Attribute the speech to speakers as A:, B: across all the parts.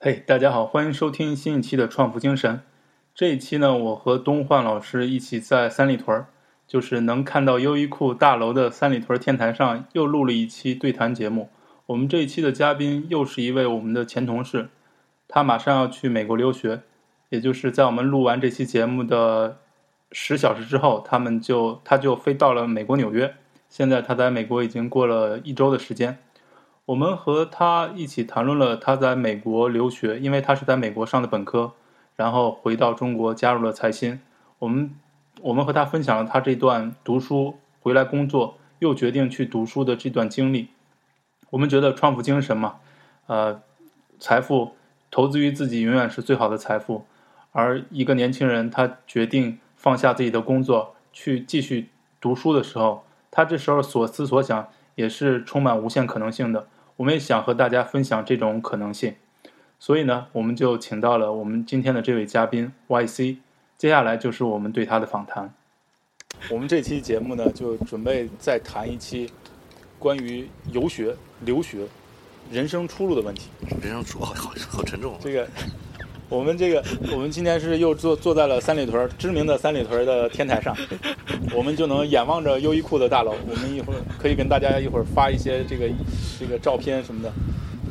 A: 嘿大家好，欢迎收听新一期的《创富精神》。这一期呢，我和东焕老师一起在三里屯儿，就是能看到优衣库大楼的三里屯儿天台上，又录了一期对谈节目。我们这一期的嘉宾又是一位我们的前同事，他马上要去美国留学，也就是在我们录完这期节目的十小时之后，他们就他就飞到了美国纽约。现在他在美国已经过了一周的时间。我们和他一起谈论了他在美国留学，因为他是在美国上的本科，然后回到中国加入了财新。我们我们和他分享了他这段读书回来工作，又决定去读书的这段经历。我们觉得创富精神嘛，呃，财富投资于自己永远是最好的财富。而一个年轻人他决定放下自己的工作去继续读书的时候，他这时候所思所想也是充满无限可能性的。我们也想和大家分享这种可能性，所以呢，我们就请到了我们今天的这位嘉宾 YC。接下来就是我们对他的访谈。我们这期节目呢，就准备再谈一期关于游学、留学、人生出路的问题。
B: 人生出，哦好好沉重啊。
A: 这个，我们这个，我们今天是又坐坐在了三里屯儿知名的三里屯儿的天台上，我们就能眼望着优衣库的大楼。我们一会儿可以跟大家一会儿发一些这个这个照片什么的。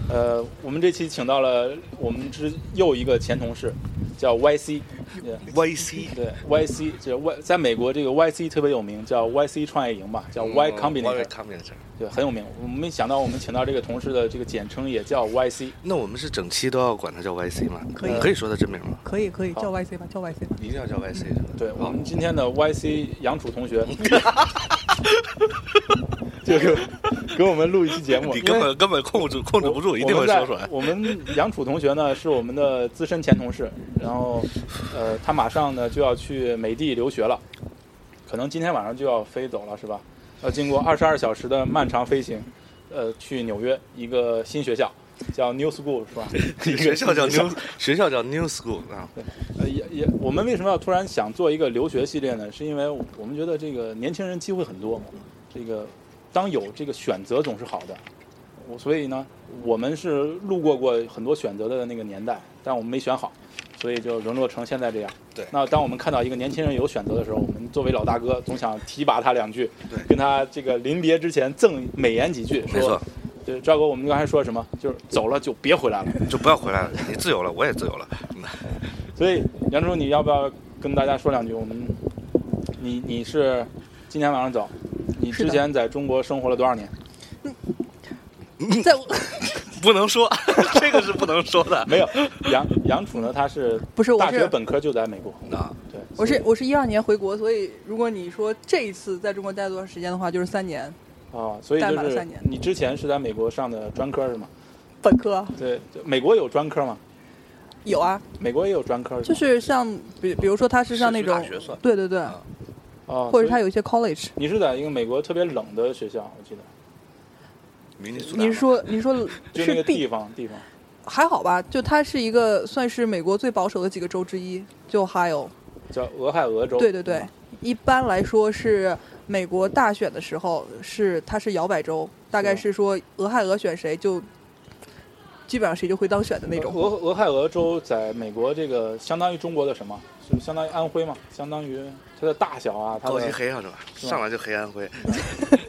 A: 呃，我们这期请到了我们之又一个前同事，叫 YC，对
B: YC
A: 对 YC，这 Y 在美国这个 YC 特别有名，叫 YC 创业营吧，叫 Y
B: 嗯 Y
A: Combinator，
B: Combinator。
A: 对，很有名。我没想到我们请到这个同事的这个简称也叫 YC，
B: 那我们是整期都要管它叫 YC 吗？
C: 可以
B: 可以说它真名吗？
C: 可以可以
A: 好
C: 叫 YC 吧，叫 YC 吧。
B: 一定要叫 YC 是吧？
A: 对我
B: 哦
A: 们今天的 YC 杨楚 同学， 就是给我们录一期节目，
B: 你
A: 因为
B: 根本根本控制控制不住，一定
A: 我们
B: 会
A: 在
B: 说出来。
A: 我们杨楚同学呢是我们的资深前同事，然后呃，他马上呢就要去美帝留学了，可能今天晚上就要飞走了，是吧？要经过二十二小时的漫长飞行，呃，去纽约一个新学校，叫 New School，是吧？
B: 学校叫
A: 一个
B: New 学校叫 New School 啊，
A: 呃，也也，我们为什么要突然想做一个留学系列呢？是因为我们觉得这个年轻人机会很多，这个当有这个选择总是好的。我所以呢，我们是路过过很多选择的那个年代，但我们没选好，所以就沦落成现在这样。
B: 对
A: 那当我们看到一个年轻人有选择的时候，我们作为老大哥总想提拔他两句，
B: 对
A: 跟他这个临别之前赠美言几句，
B: 没
A: 说
B: 错，，
A: 对，赵哥，我们刚才说什么？就是走了就别回来了。
B: 就不要回来了，你自由了，我也自由了。
A: 所以杨叔，你要不要跟大家说两句？我们，你你是今天晚上走，你之
C: 是的
A: 前在中国生活了多少年？
C: 在
B: 不能说， 这个是不能说的。
A: 没有，杨 杨楚呢？他是
C: 不是
A: 大
C: 我
A: 学
C: 是
A: 本科就在美国，
B: 啊，
A: 对，所
C: 我
A: 以
C: 是我是一二年回国，所以如果你说这一次在中国待多长时间的话，就是三年
A: 啊，所以
C: 待
A: 就
C: 满了
A: 是
C: 三年
A: 你之前是在美国上的专科是吗？
C: 本科
A: 对，就美国有专科吗？
C: 有啊，
A: 美国也有专科
C: 就是是像比比如说他是像那种
B: 社区大学算
C: 对对对，
B: 啊
A: 吗啊，
C: 或者他
A: 有
C: 有一些 college。
A: 你是在一个美国特别冷的学校，我记得
B: 明尼苏达
C: 你是说你说
A: 就那
C: 是
A: 个地
C: 地
A: 方地方
C: 还好吧？就它是一个算是美国最保守的几个州之一，就 Ohio。
A: 叫俄亥俄州，
C: 对对对
A: 吧，
C: 一般来说是美国大选的时候是它是摇摆州，大概
A: 是
C: 是说俄亥俄选谁就基本上谁就会当选的那种。
A: 俄俄亥俄州在美国这个相当于中国的什么？是相当于安徽嘛？相当于它的大小啊，它
B: 高
C: 哦
B: 级
A: 的
B: 黑啊是吧？上来就黑安徽，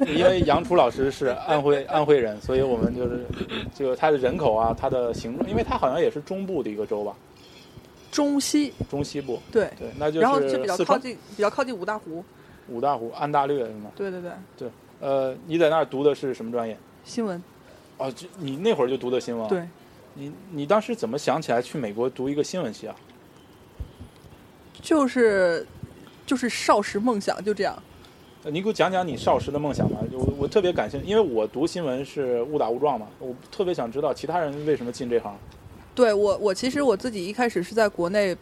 A: 因为杨楚老师是安徽安徽人，所以我们就是这个它的人口啊，它的形状，因为它好像也是中部的一个州吧，
C: 中西
A: 中西部。
C: 对，
A: 对，那就
C: 然后是比
A: 是
C: 较
A: 四
C: 靠
A: 川
C: 近比较靠近五大湖，
A: 五大湖、安大略是吗？
C: 对对对，
A: 呃，你在那儿读的是什么专业？
C: 新闻
A: 哦，这你那会儿就读的新闻。，啊
C: 对，
A: 你你当时怎么想起来去美国读一个新闻系啊？
C: 就是就是少时梦想就这样，
A: 呃你给我讲讲你少时的梦想吧，就我我特别感兴趣，因为我读新闻是误打误撞嘛，我特别想知道其他人为什么进这行。
C: 对我我其实我自己一开始是在国内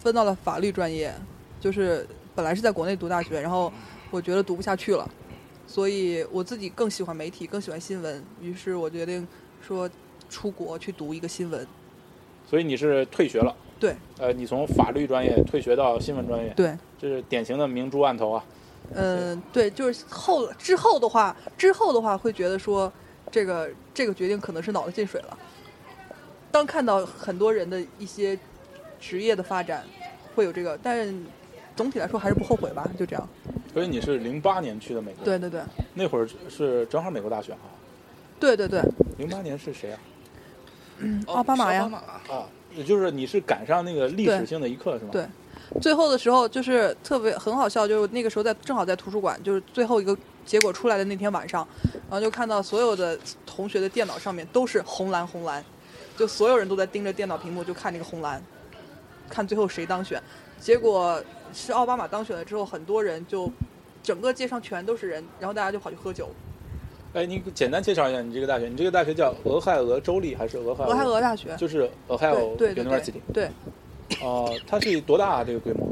C: 分到了法律专业，就是本来是在国内读大学，然后我觉得读不下去了，所以我自己更喜欢媒体，更喜欢新闻，于是我决定说出国去读一个新闻，
A: 所以你是退学了？
C: 对。
A: 呃，你从法律专业退学到新闻专业，
C: 对。
A: 这是典型的明珠暗投啊。
C: 嗯，对，就是后之后的话，之后的话会觉得说，这个这个决定可能是脑子进水了。当看到很多人的一些职业的发展，会有这个，但总体来说还是不后悔吧，就这样。
A: 所以你是零八年去的美国，
C: 对对对，
A: 那会儿是正好美国大选啊。
C: 对对对，
A: 零八年是谁啊？
B: 哦
C: 奥巴马呀
B: 奥巴马
A: 啊，也就是你是赶上那个历史性的一刻是吗？
C: 对最后的时候就是特别很好笑，就是那个时候在正好在图书馆，就是最后一个结果出来的那天晚上，然后就看到所有的同学的电脑上面都是红蓝红蓝，就所有人都在盯着电脑屏幕就看那个红蓝，看最后谁当选。结果是奥巴马当选了之后，很多人就整个街上全都是人，然后大家就跑去喝酒。
A: 哎，你简单介绍一下你这个大学，你这个大学叫俄亥俄州立还是俄亥俄？
C: 俄亥俄大学，
A: 哎就是俄亥俄
C: 对对对
A: University
C: 对。对，
A: 哦、它是多大、啊、这个规模？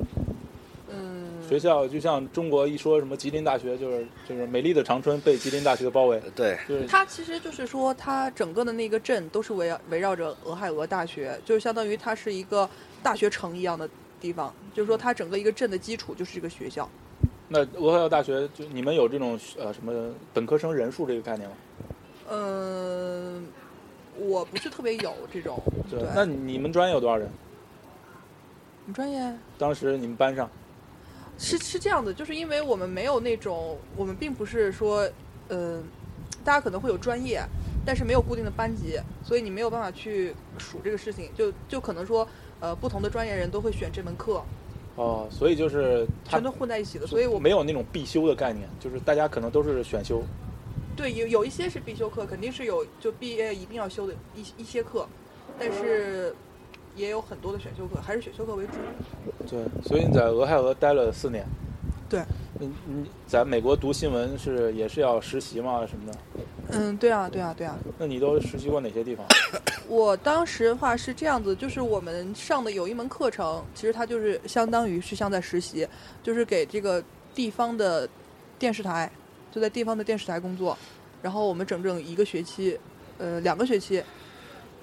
C: 嗯，
A: 学校就像中国一说什么吉林大学，就是就是美丽的长春被吉林大学包围，
B: 对，
A: 就是
C: 它其实就是说，它整个的那个镇都是围绕围绕着俄亥俄大学，就是相当于它是一个大学城一样的地方。就是说，它整个一个镇的基础就是这个学校。
A: 那俄亥俄大学就你们有这种呃什么本科生人数这个概念吗？
C: 嗯，我不是特别有这种。对，
A: 那你们专业有多少人？
C: 你专业
A: 当时你们班上
C: 是是这样的，就是因为我们没有那种，我们并不是说，嗯，大家可能会有专业，但是没有固定的班级，所以你没有办法去数这个事情。就就可能说，呃，不同的专业人都会选这门课，
A: 哦，所以就是他
C: 全都混在一起的，所以我
A: 没有那种必修的概念，就是大家可能都是选修。
C: 对，有有一些是必修课，肯定是有就毕业一定要修的一一些课，但是也有很多的选修课，还是选修课为主。
A: 对，所以你在俄亥俄待了四年。
C: 对。
A: 你你在美国读新闻是也是要实习嘛什么的？
C: 嗯，对啊，对啊，对啊。
A: 那你都实习过哪些地方？
C: 我当时的话是这样子，就是我们上的有一门课程，其实它就是相当于是像在实习，就是给这个地方的电视台，就在地方的电视台工作。然后我们整整一个学期，呃，两个学期。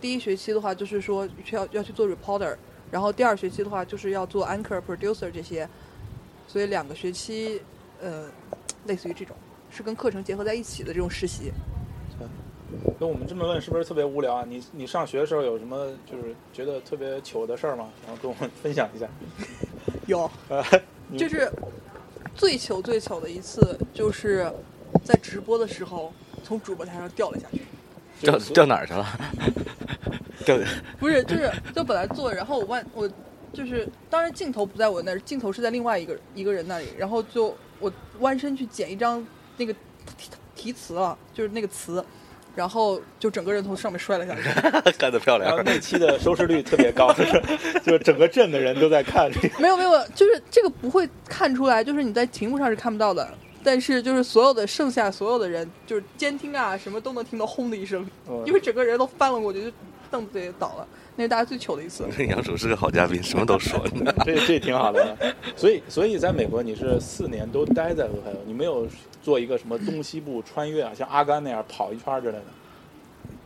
C: 第一学期的话就是说需要要去做 reporter，然后第二学期的话就是要做 anchor、producer 这些，所以两个学期，呃，类似于这种是跟课程结合在一起的这种实习。
A: 那我们这么问是不是特别无聊啊？你你上学的时候有什么就是觉得特别糗的事儿吗？然后跟我们分享一下。
C: 有，
A: 呃，你
C: 就是最糗最糗的一次，就是在直播的时候从主播台上掉了下去。
A: 就
B: 掉
A: 是
B: 掉哪儿去了？掉
C: 不是， 就是就本来坐着，然后我弯我就是，当然镜头不在我那儿，镜头是在另外一个一个人那里，然后就我弯身去捡一张那个题题词啊，就是那个词，然后就整个人从上面摔了下去。
B: 干得漂
A: 然后
B: 亮！
A: 啊那期的收视率特别高， 就是就是整个镇的人都在看这个。
C: 没有没有，就是这个不会看出来，就是你在屏幕上是看不到的。但是就是所有的剩下所有的人，就是监听啊什么都能听到轰的一声，
A: 嗯
C: 因为整个人都翻了过去，就凳子也倒了。那是大家最糗的一次。
B: 杨主是个好嘉宾，什么都说。
A: 这这挺好的。所以所以在美国你是四年都待在俄亥俄，你没有做一个什么东西部穿越啊，像阿甘那样跑一圈儿之类的。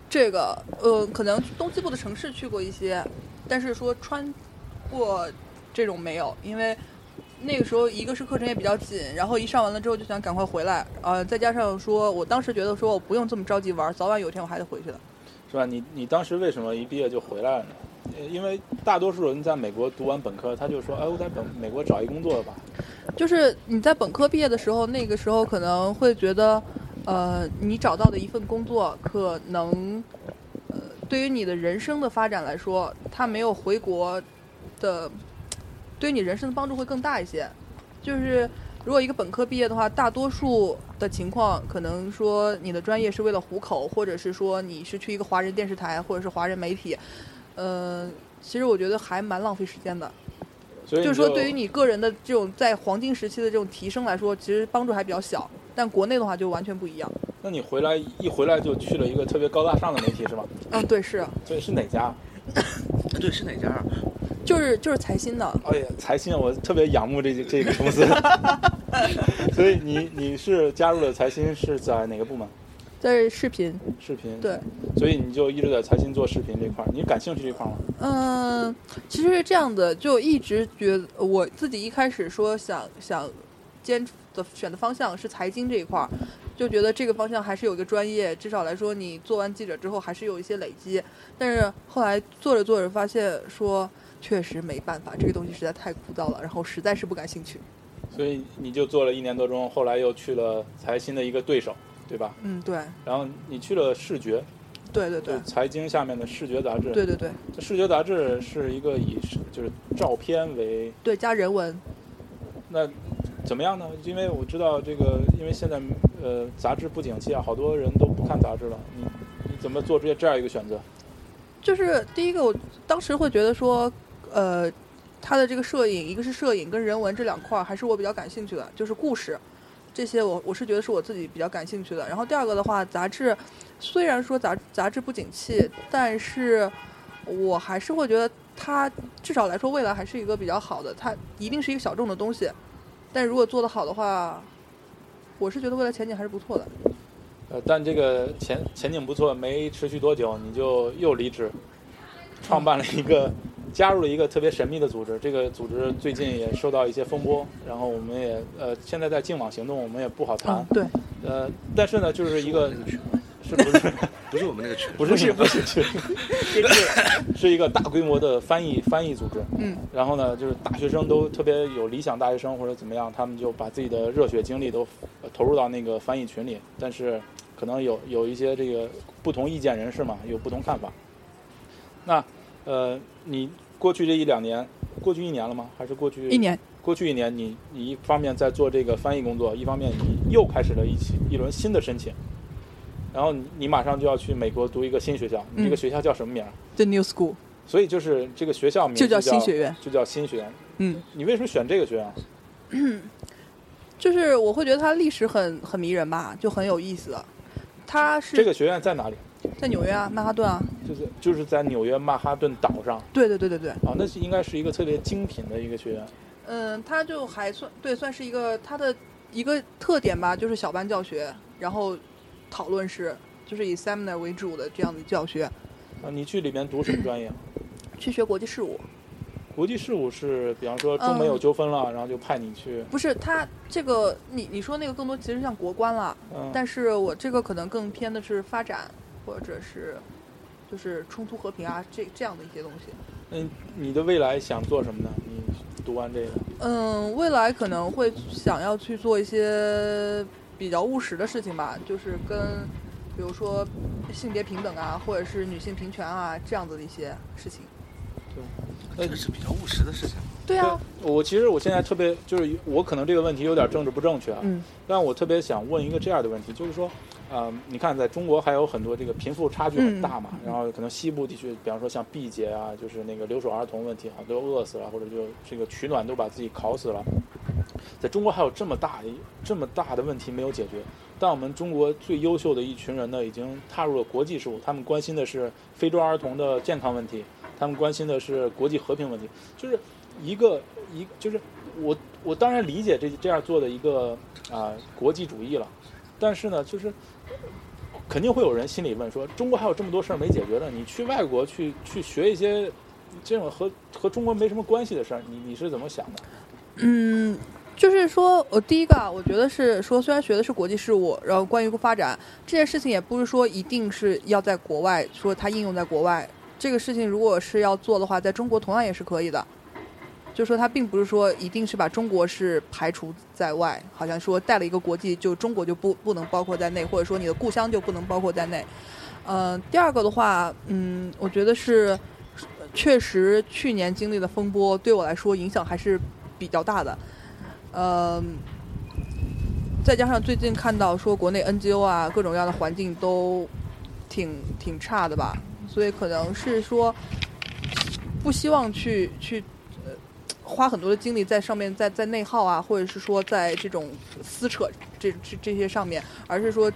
C: 这个呃，可能东西部的城市去过一些，但是说穿过这种没有，因为那个时候一个是课程也比较紧，然后一上完了之后就想赶快回来，呃，再加上说我当时觉得说我不用这么着急玩，早晚有一天我还得回去的。
A: 是吧？你你当时为什么一毕业就回来了呢？呃因为大多数人在美国读完本科，他就说：“哎，我在本美国找一工作吧。
C: 就是你在本科毕业的时候，那个时候可能会觉得，呃，你找到的一份工作可能，呃，对于你的人生的发展来说，它没有回国的，对于你人生的帮助会更大一些。就是如果一个本科毕业的话，大多数的情况可能说你的专业是为了糊口，或者是说你是去一个华人电视台或者是华人媒体，呃，其实我觉得还蛮浪费时间的。”
A: 所以
C: 就是
A: 你
C: 说，对于你个人的这种在黄金时期的这种提升来说，其实帮助还比较小。但国内的话就完全不一样。
A: 那你回来一回来就去了一个特别高大上的媒体是吗？
C: 嗯，对，是，
A: 所以是哪家？
B: 对，是哪家？啊
C: 就是就是财新的。
A: 哎呀，财新，我特别仰慕这 这个公司。所以你你是加入了财新是在哪个部门？
C: 在视频，
A: 视频。
C: 对，
A: 所以你就一直在财新做视频这块儿，你感兴趣这块儿吗？
C: 嗯，其实是这样的，就一直觉得我自己一开始说想想坚持的选的方向是财经这一块儿，就觉得这个方向还是有一个专业，至少来说你做完记者之后还是有一些累积。但是后来做着做着发现说，确实没办法，这个东西实在太枯燥了，然后实在是不感兴趣。
A: 所以你就做了一年多钟，后来又去了财新的一个对手，对吧？
C: 嗯，对，
A: 然后你去了视觉，
C: 对对
A: 就
C: 对
A: 是，财经下面的视觉杂志。
C: 对对对
A: 这视觉杂志是一个以视就是照片为
C: 对，加人文，
A: 那怎么样呢？因为我知道这个，因为现在呃杂志不景气啊，好多人都不看杂志了。你你怎么做出这样一个选择？
C: 就是第一个，我当时会觉得说，呃，他的这个摄影，一个是摄影跟人文这两块儿还是我比较感兴趣的，就是故事这些我，我是觉得是我自己比较感兴趣的。然后第二个的话，杂志虽然说杂杂志不景气，但是我还是会觉得它至少来说未来还是一个比较好的，它一定是一个小众的东西，但如果做得好的话，我是觉得未来前景还是不错的。
A: 呃，但这个前前景不错，没持续多久你就又离职，创办了一个，加入了一个特别神秘的组织。这个组织最近也受到一些风波，然后我们也呃现在在净网行动，我们也不好谈
C: 嗯。，对，
A: 呃，但是呢，就是一个
B: 那个群
A: 是不是？
B: 不哦是我们那个群，
A: 不是不是不是， 就是是一个大规模的翻译翻译组织。
C: 嗯，
A: 然后呢，就是大学生都特别有理想，大学生或者怎么样，他们就把自己的热血精力都呃投入到那个翻译群里。但是可能有有一些这个不同意见人士嘛，有不同看法。那呃，你过去这一两年，过去一年了吗？还是过去
C: 一？年，
A: 过去一年你，你一方面在做这个翻译工作，一方面你又开始了一起一轮新的申请，然后你你马上就要去美国读一个新学校，你这个
C: 嗯
A: 学校叫什么名儿？
C: The New School
A: 所以就是这个学校名
C: 就
A: 叫
C: 叫新学，院，
A: 就叫新学院。
C: 嗯。
A: 你为什么选这个学院？
C: 就是我会觉得它历史很很迷人吧，就很有意思。它是
A: 这个学院在哪里？
C: 在纽约啊，曼哈顿啊，
A: 就是就是在纽约曼哈顿岛上
C: 对对对对对，
A: 啊，那是应该是一个特别精品的一个学院。
C: 嗯，它就还算对，算是一个它的一个特点吧，就是小班教学，然后讨论式，就是以 seminar 为主的这样的教学，
A: 啊，你去里面读什么专业？
C: 去学国际事务。
A: 国际事务是，比方说中
C: 嗯
A: 美有纠纷了，然后就派你去，
C: 不是它这个，你你说那个更多其实像国关啦，
A: 嗯，
C: 但是我这个可能更偏的是发展，或者是就是冲突和平啊这这样的一些东西。
A: 那你的未来想做什么呢？你读完这个，
C: 嗯，未来可能会想要去做一些比较务实的事情吧，就是跟，比如说性别平等啊，或者是女性平权啊这样子的一些事情。
B: 这个是比较务实的事情。
C: 对啊，
A: 我其实我现在特别就是我可能这个问题有点政治不正确啊，
C: 嗯
A: 但我特别想问一个这样的问题，就是说，呃，你看在中国还有很多这个贫富差距很大嘛，然后可能西部地区，比方说像毕节啊，就是那个留守儿童问题，好多饿死了，或者就这个取暖都把自己烤死了。在中国还有这么大这么大的问题没有解决，但我们中国最优秀的一群人呢，已经踏入了国际事务，他们关心的是非洲儿童的健康问题，他们关心的是国际和平问题，就是一个一就是我我当然理解这这样做的一个啊、国际主义了，但是呢，就是肯定会有人心里问说，中国还有这么多事儿没解决呢，你去外国去去学一些这种和和中国没什么关系的事儿，你你是怎么想的？
C: 嗯，就是说我第一个啊，我觉得是说，虽然学的是国际事务，然后关于发展这件事情，也不是说一定是要在国外说它应用在国外。这个事情如果是要做的话，在中国同样也是可以的。就说它并不是说一定是把中国是排除在外，好像说带了一个国际，就中国就不不能包括在内，或者说你的故乡就不能包括在内。嗯、第二个的话，嗯，我觉得是确实去年经历的风波对我来说影响还是比较大的。嗯，再加上最近看到说国内 NGO 啊，各种各样的环境都挺挺差的吧，所以可能是说不希望去去呃花很多的精力在上面，在在内耗啊，或者是说在这种撕扯这这这些上面，而是说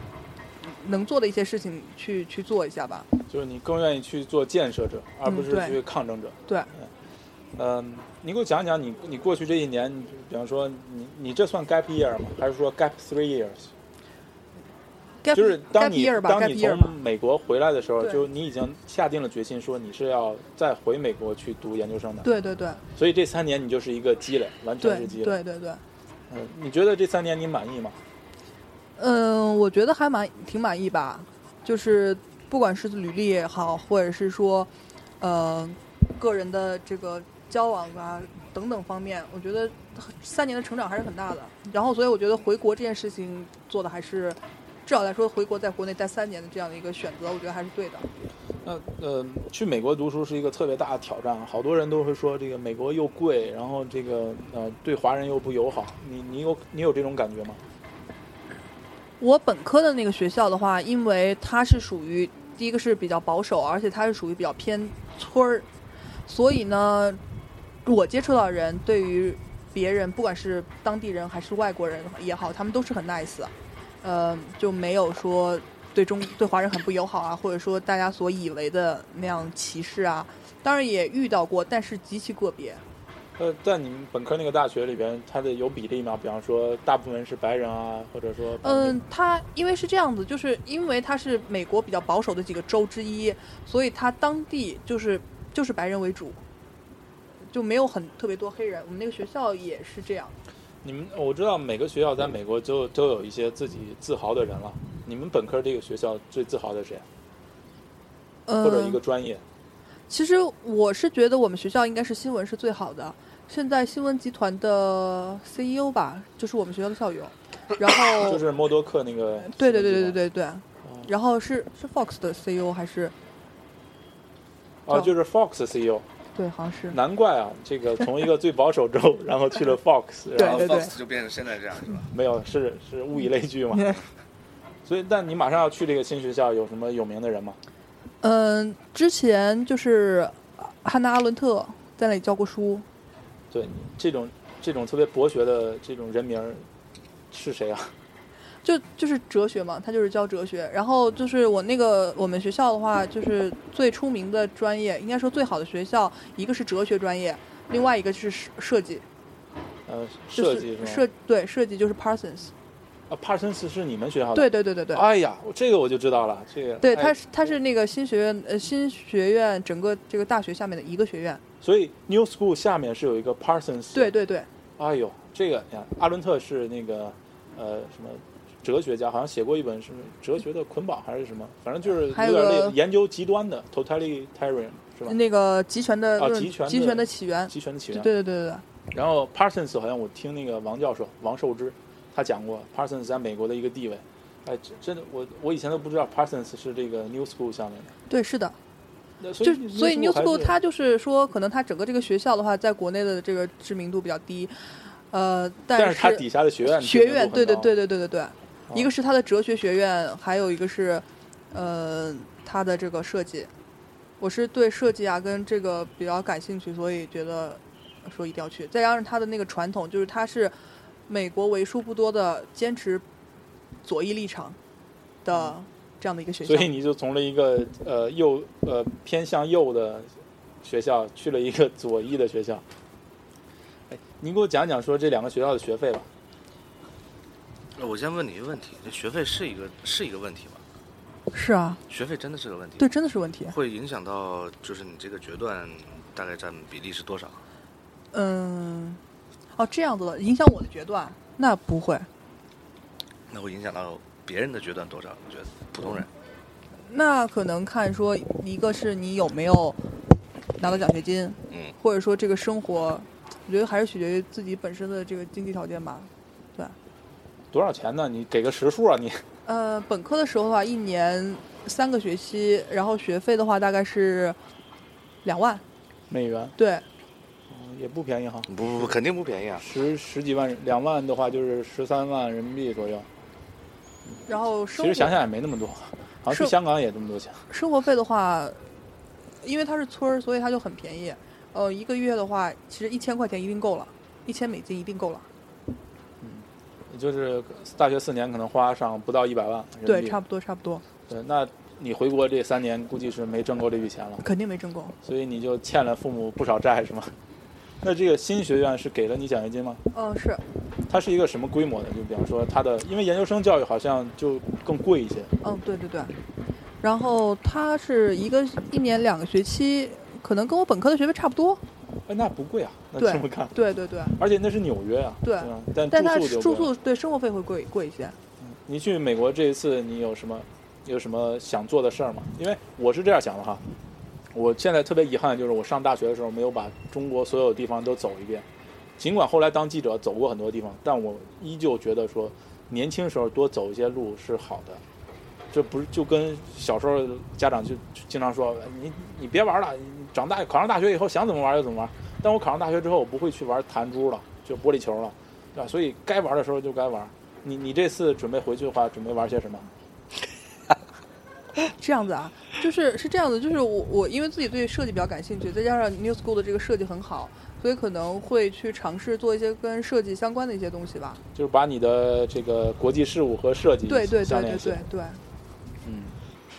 C: 能做的一些事情去去做一下吧。
A: 就是你更愿意去做建设者，而不是
C: 嗯对
A: 去抗争者。
C: 对
A: 嗯，嗯，你给我讲讲你你过去这一年，你比方说你你这算 gap year 吗？还是说 gap three years？
C: gap
A: 就是当
C: gap
A: 你
C: year 吧
A: 当
C: ，gap
A: 你
C: year
A: 从
C: 吧，
A: 美国回来的时候，
C: 对
A: 就你已经下定了决心，说你是要再回美国去读研究生的。
C: 对对对
A: 所以这三年你就是一个积累，完全
C: 对
A: 是积累。
C: 对对对。
A: 嗯，你觉得这三年你满意吗？
C: 嗯，我觉得还蛮挺满意吧，就是不管是履历也好，或者是说，呃，个人的这个交往啊等等方面，我觉得三年的成长还是很大的。然后，所以我觉得回国这件事情做的还是，至少来说，回国在国内待三年的这样的一个选择，我觉得还是对的。
A: 那呃，去美国读书是一个特别大的挑战，啊好多人都会说这个美国又贵，然后这个呃对华人又不友好。你你有你有这种感觉吗？
C: 我本科的那个学校的话，因为它是属于第一个是比较保守，而且它是属于比较偏村儿，所以呢，我接触到的人对于别人，不管是当地人还是外国人也好，他们都是很 nice，的呃，就没有说对中对华人很不友好啊，或者说大家所以为的那样歧视啊。当然也遇到过，但是极其个别。
A: 呃，在你们本科那个大学里边，它的有比例吗？比方说，大部分是白人啊，或者说，
C: 嗯，，它因为是这样子，就是因为它是美国比较保守的几个州之一，所以它当地就是就是白人为主，就没有很特别多黑人。我们那个学校也是这样。
A: 你们我知道每个学校在美国就都有一些自己自豪的人了。你们本科这个学校最自豪的是谁？
C: 嗯，
A: 或者一个专业？
C: 其实我是觉得我们学校应该是新闻是最好的。现在新闻集团的 CEO 吧，就是我们学校的 校友，然后
A: 就是默多克那个。
C: 哦对对对对对。对对，
A: 哦
C: 然后是是 Fox 的 CEO 还是
A: 啊，就是 Fox CEO，
C: 对，好像是
A: 难怪啊，这个从一个最保守 州，然后去了 Fox，然
C: 对
A: 后
C: 对对
B: 啊 Fox 就变成现在这样是吧？
A: 没有，是是物以类聚嘛。
C: 嗯
A: 所以，但你马上要去这个新学校，有什么有名的人吗？
C: 嗯，之前就是汉娜·阿伦特在那里教过书，
A: 对，你这种这种特别博学的这种人名儿是谁啊？
C: 就就是哲学嘛，他就是教哲学。然后就是我那个我们学校的话，就是最出名的专业，应该说最好的学校，一个是哲学专业，另外一个是设设计，
A: 呃，
C: 就
A: 设计是
C: 是
A: 吗？
C: 设对设计就是 Parsons，
A: 啊，帕森斯是你们学校的？
C: 对对对对对。
A: 哎呀，我这个我就知道了，这个
C: 对，
A: 哎
C: 他是他是那个新学院，呃，新学院整个这个大学下面的一个学院。
A: 所以 New School 下面是有一个 Parsons，
C: 对，对对，
A: 哎呦，这个你看，阿伦特是那个呃什么哲学家，好像写过一本什么哲学的捆绑还是什么，反正就是
C: 还
A: 有
C: 有
A: 点类
C: 个
A: 研究极端的 totalitarian 是吧？
C: 那个集权的
A: 啊
C: 论
A: 集权的
C: 集权的起源，
A: 集权的起
C: 对
A: 源。
C: 对对对对。
A: 然后 Parsons 好像我听那个王教授王寿之他讲过 Parsons 在美国的一个地位，哎，真真的我我以前都不知道 Parsons 是这个 New School 下面的。
C: 对，是的，
A: 那所
C: 就
A: 以
C: 所以 New
A: 还
C: School
A: 是
C: 它就是说，可能它整个这个学校的话，在国内的这个知名度比较低，呃，
A: 但
C: 是
A: 是它底下的学院
C: 学院，对对
A: 对，
C: 对对对对对，
A: 哦
C: 一个是它的哲学学院，还有一个是呃它的这个设计。我是对设计啊跟这个比较感兴趣，所以觉得说一定要去。再加上它的那个传统，就是它是美国为数不多的坚持左翼立场的这样的一个学校。
A: 嗯所以你就从了一个呃右呃偏向右的学校去了一个左翼的学校。哎，你给我讲讲说这两个学校的学费吧。
B: 我先问你一个问题，这学费是一个是一个问题吗？
C: 是啊，
B: 学费真的是个问题，
C: 对，，真的是问题。
B: 会影响到就是你这个决断大概占比例是多少？
C: 嗯，哦，这样子的影响我的决断，那不会。
B: 那会影响到别人的决断多少？我觉得普通人，
C: 那可能看说，一个是你有没有拿到奖学金，
B: 嗯，
C: 或者说这个生活，我觉得还是取决于自己本身的这个经济条件吧。
A: 多少钱呢？你给个实数啊！你
C: 呃，本科的时候的话，一年三个学期，然后学费的话大概是两万，
A: 美元、
C: 对，
A: 嗯也不便宜哈，
B: 不不不，肯定不便宜啊！
A: 十十几万，两万的话就是十三万人民币左右。
C: 然后
A: 其
C: 生
A: 实
C: 活
A: 想想也没那么多，好像去
C: 是
A: 香港也这么多钱。
C: 生活费的话，因为它是村儿，所以它就很便宜。呃，一个月的话，其实一千块钱一定够了，一千美金一定够了。
A: 也就是大学四年可能花上不到一百万人民币。
C: 对，差不多差不多，
A: 对，那你回国这三年估计是没挣够这笔钱了，
C: 肯定没挣够。
A: 所以你就欠了父母不少债是吗？ 那这个新学院是给了你奖学金吗？
C: 嗯、是，
A: 它是一个什么规模的？就比方说它的，因为研究生教育好像就更贵一些，
C: 嗯，对对对。然后它是一个一年两个学期，可能跟我本科的学费差不多。
A: 哎，那不贵啊，那
C: 对
A: 这么看，
C: 对对对，
A: 而且那是纽约啊，
C: 对
A: 吧但
C: 但它
A: 住宿就
C: 住
A: 贵了
C: 宿对生活费会贵贵一些。
A: 你去美国这一次，你有什么有什么想做的事儿吗？因为我是这样想的哈，我现在特别遗憾，就是我上大学的时候没有把中国所有地方都走一遍。尽管后来当记者走过很多地方，但我依旧觉得说，年轻时候多走一些路是好的。这不是就跟小时候家长就就经常说哎你你别玩了，你长大考上大学以后想怎么玩就怎么玩。但我考上大学之后，我不会去玩弹珠了，就玻璃球了，对吧？所以该玩的时候就该玩。你你这次准备回去的话，准备玩些什么？
C: 这样子啊，就是是这样子，就是我我因为自己对设计比较感兴趣，再加上 New School 的这个设计很好，所以可能会去尝试做一些跟设计相关的一些东西吧。
A: 就是把你的这个国际事务和设计
C: 对对对
A: 相
C: 对
A: 联系
C: 对。对，
A: 嗯，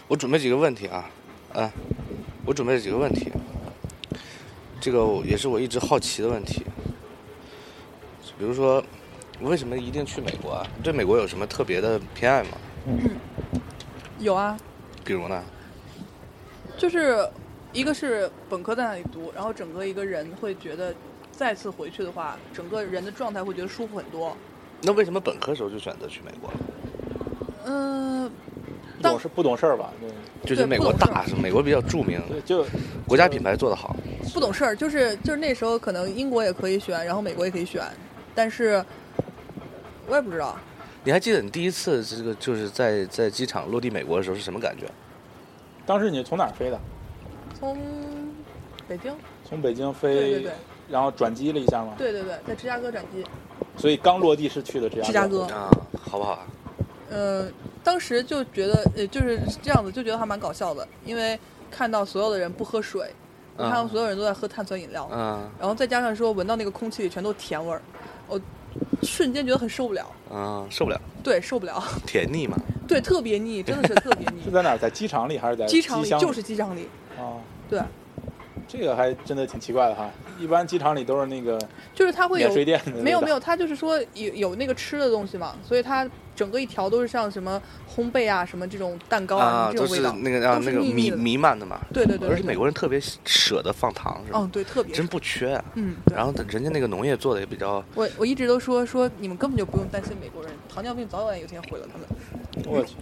B: 我准备几个问题啊，哎，我准备了几个问题，这个我也是我一直好奇的问题。比如说，为什么一定去美国啊？你对美国有什么特别的偏爱吗？
C: 有啊，
B: 比如呢？
C: 就是一个是本科在那里读，然后整个一个人会觉得再次回去的话，整个人的状态会觉得舒服很多。
B: 那为什么本科时候就选择去美国？
C: 嗯、
A: 不
C: 当
A: 懂事不懂事儿吧？对
B: 就是美国大，是美国比较著名，
A: 对，就
B: 国家品牌做得好。
C: 不懂事儿，就是就是那时候可能英国也可以选，然后美国也可以选，但是我也不知道，
B: 你还记得你第一次这个就是在在机场落地美国的时候是什么感觉？
A: 当时你从哪儿飞的？
C: 从北京，
A: 从北京飞，
C: 对对对
A: 然后转机了一下吗？
C: 对对对，在芝加哥转机，
A: 所以刚落地是去的芝加
C: 芝加哥，
B: 啊，好不好啊？
C: 呃，当时就觉得呃就是这样子，就觉得还蛮搞笑的，因为看到所有的人不喝水，我看到所有人都在喝碳酸饮料，
B: 嗯
C: 然后再加上说闻到那个空气里全都甜味儿，我瞬间觉得很受不了，
B: 嗯，受不了，
C: 对，受不了，
B: 甜腻嘛。
C: 对，特 别腻，真的是特别
A: 是
C: 腻，
A: 在哪儿？在机场里还是在
C: 机场里
A: 箱
C: 就是机场里，
A: 啊？
C: 对，
A: 这个还真的挺奇怪的哈。一般机场里都是那个
C: 就是它会有
A: 免税店的味道，
C: 没有没有，它就是说有有那个吃的东西嘛，所以它整个一条都是像什么烘焙啊、什么这种蛋糕
B: 啊，
C: 这
B: 都
C: 种味
B: 是
C: 道。
B: 那个啊
C: 都是
B: 那个
C: 腻
B: 弥
C: 腻的
B: 弥漫的嘛。
C: 对对对，
B: 而且美
C: 对
B: 国人特别舍得放糖，是吧？
C: 嗯对特别
B: 真
C: 是
B: 不缺啊。
C: 嗯，对
B: 然后人家那个农业做的也比较，
C: 我我一直都说说你们根本就不用担心美国人，糖尿病早晚有一天毁了他们。
A: 我去，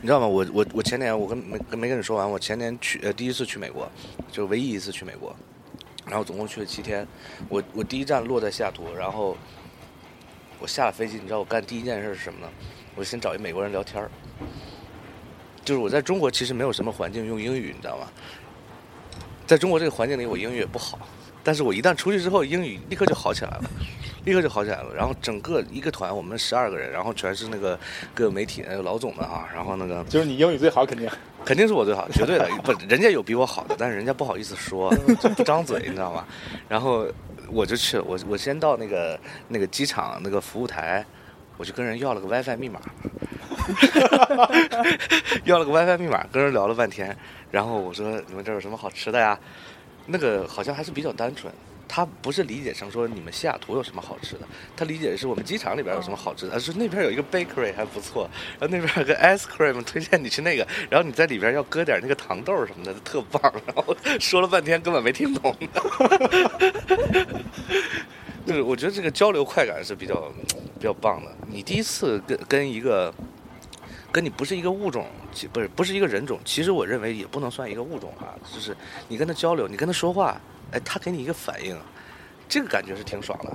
B: 你知道吗？我我我前年我跟没没跟你说完，我前年去呃第一次去美国，就唯一一次去美国，然后总共去了七天。我我第一站落在西雅图，然后我下了飞机，你知道我干第一件事是什么呢？我先找一美国人聊天儿。就是我在中国其实没有什么环境用英语，你知道吗？在中国这个环境里，我英语也不好，但是我一旦出去之后，英语立刻就好起来了，立刻就好起来了。然后整个一个团，我们十二个人，然后全是那个各个媒体那个老总们啊，然后那个
A: 就是你英语最好，肯定
B: 肯定是我最好，绝对的。不，人家有比我好的，但是人家不好意思说，就不张嘴，你知道吗？然后我就去了，我我先到那个那个机场那个服务台，我就跟人要了个 WiFi 密码， 要了个 WiFi 密码，跟人聊了半天。然后我说：“你们这儿有什么好吃的呀？”那个好像还是比较单纯。他不是理解成说你们西雅图有什么好吃的，他理解是我们机场里边有什么好吃的，他说那边有一个 bakery 还不错，然后那边有个 ice cream 推荐你去那个，然后你在里边要搁点那个糖豆什么的，特棒。然后说了半天根本没听懂， 就是我觉得这个交流快感是比较比较棒的。你第一次跟跟一个跟你不是一个物种，其不是不是一个人种，其实我认为也不能算一个物种啊，就是你跟他交流，你跟他说话，哎，他给你一个反应，这个感觉是挺爽的。